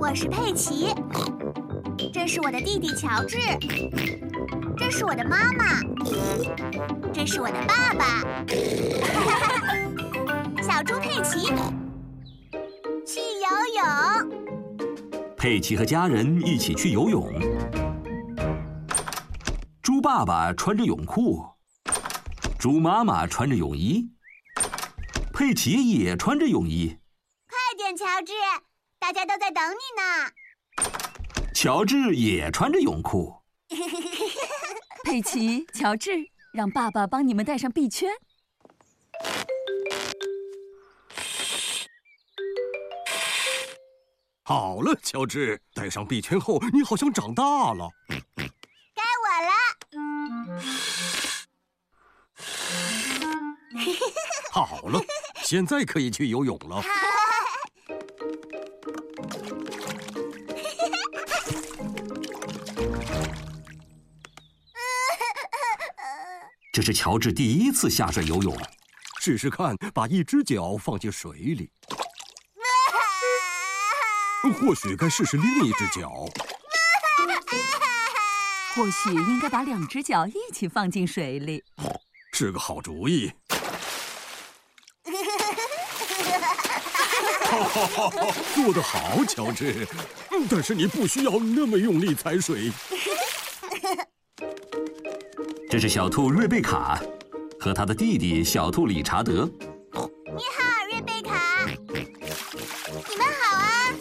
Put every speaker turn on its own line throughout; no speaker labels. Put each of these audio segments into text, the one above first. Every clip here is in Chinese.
我是佩奇，这是我的弟弟乔治，这是我的妈妈，这是我的爸爸，小猪佩奇去游泳。
佩奇和家人一起去游泳。猪爸爸穿着泳裤，猪妈妈穿着泳衣，佩奇也穿着泳衣。
快点，乔治，大家都在等你
乔治也穿着泳裤。
呢。
佩奇、乔治，让爸爸帮你们戴上臂圈。
好了，乔治，戴上臂圈后，你好像长大了。
该我了。
好 了，现在可以去游泳了。
这是乔治第一次下水游泳。啊
试试看，把一只脚放进水里，或许该试试另一只脚。
或许应该把两只脚一起放进水里。
是个好主意。做得好，乔治。嗯但是你不需要那么用力踩水。
这是小兔瑞贝卡和他的弟弟小兔理查德。
你好，瑞贝卡，你们好啊！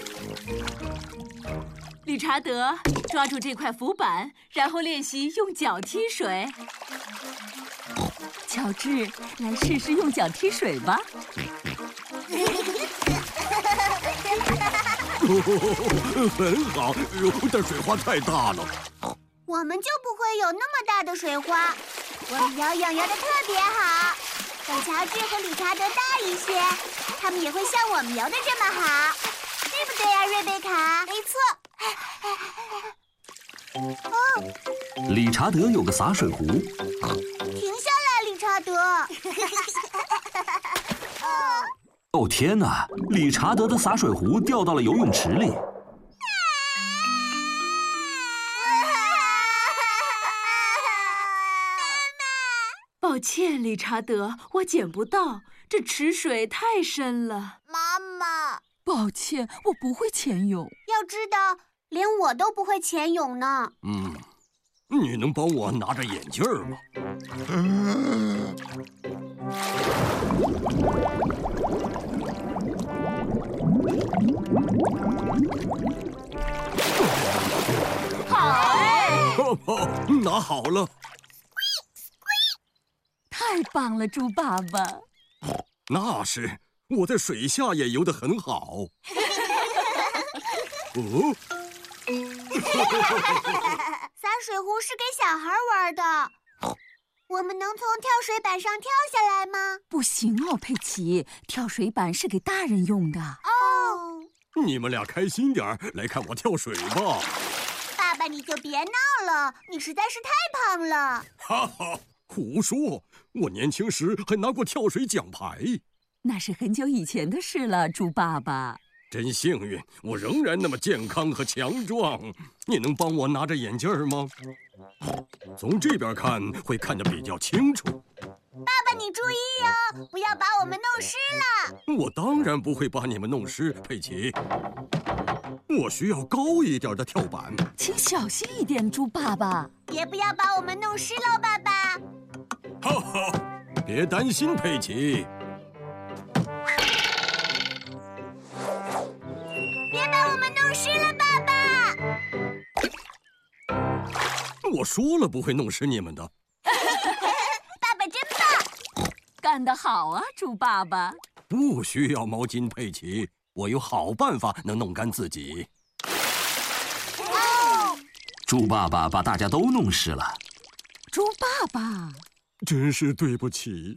理查德，抓住这块浮板，然后练习用脚踢水。乔治，来试试用脚踢水吧。
哦 很好，呃但水花太大了。
我们就不会有那么大的水花，我们游泳游的特别好，等乔治和理查德大一些，他们也会像我们游的这么好，对不对呀、啊瑞贝卡？没错。哦，
理查德有个洒水壶，
停下来，理查德。
哦天哪！理查德的洒水壶掉到了游泳池里。
抱歉，理查德，我捡不到，这池水太深了。
妈妈，妈妈，
抱歉，我不会潜泳。
要知道，连我都不会潜泳 呢。
嗯，你能帮我拿着眼镜儿吗？好哎！ 拿好了，
太棒了，猪爸爸！
那是我在水下也游得很好。哦，
洒水壶是给小孩玩的，我们能从跳水板上跳下来吗？
不行哦，佩奇，跳水板是给大人用的。
哦，
你们俩开心点儿，来看我跳水吧。
爸爸你就别闹了，你实在是太胖了。
哈哈，胡说！我年轻时还拿过跳水奖牌，
那是很久以前的事了，猪爸爸。
真幸运，我仍然那么健康和强壮。你能帮我拿着眼镜儿吗？从这边看会看得比较清楚。
爸爸你注意哦，不要把我们弄湿了。
我当然不会把你们弄湿，佩奇。我需要高一点的跳板。
请小心一点，猪爸爸。
也不要把我们弄湿喽，爸爸。
哈哈，别担心，佩奇。
别把我们弄湿了，爸爸。
我说了不会弄湿你们的。
爸爸真棒。
干得好啊，猪爸爸！
不需要毛巾，佩奇。我有好办法能弄干自己。
哦，
猪爸爸把大家都弄湿了。
猪爸爸，
真是对不起。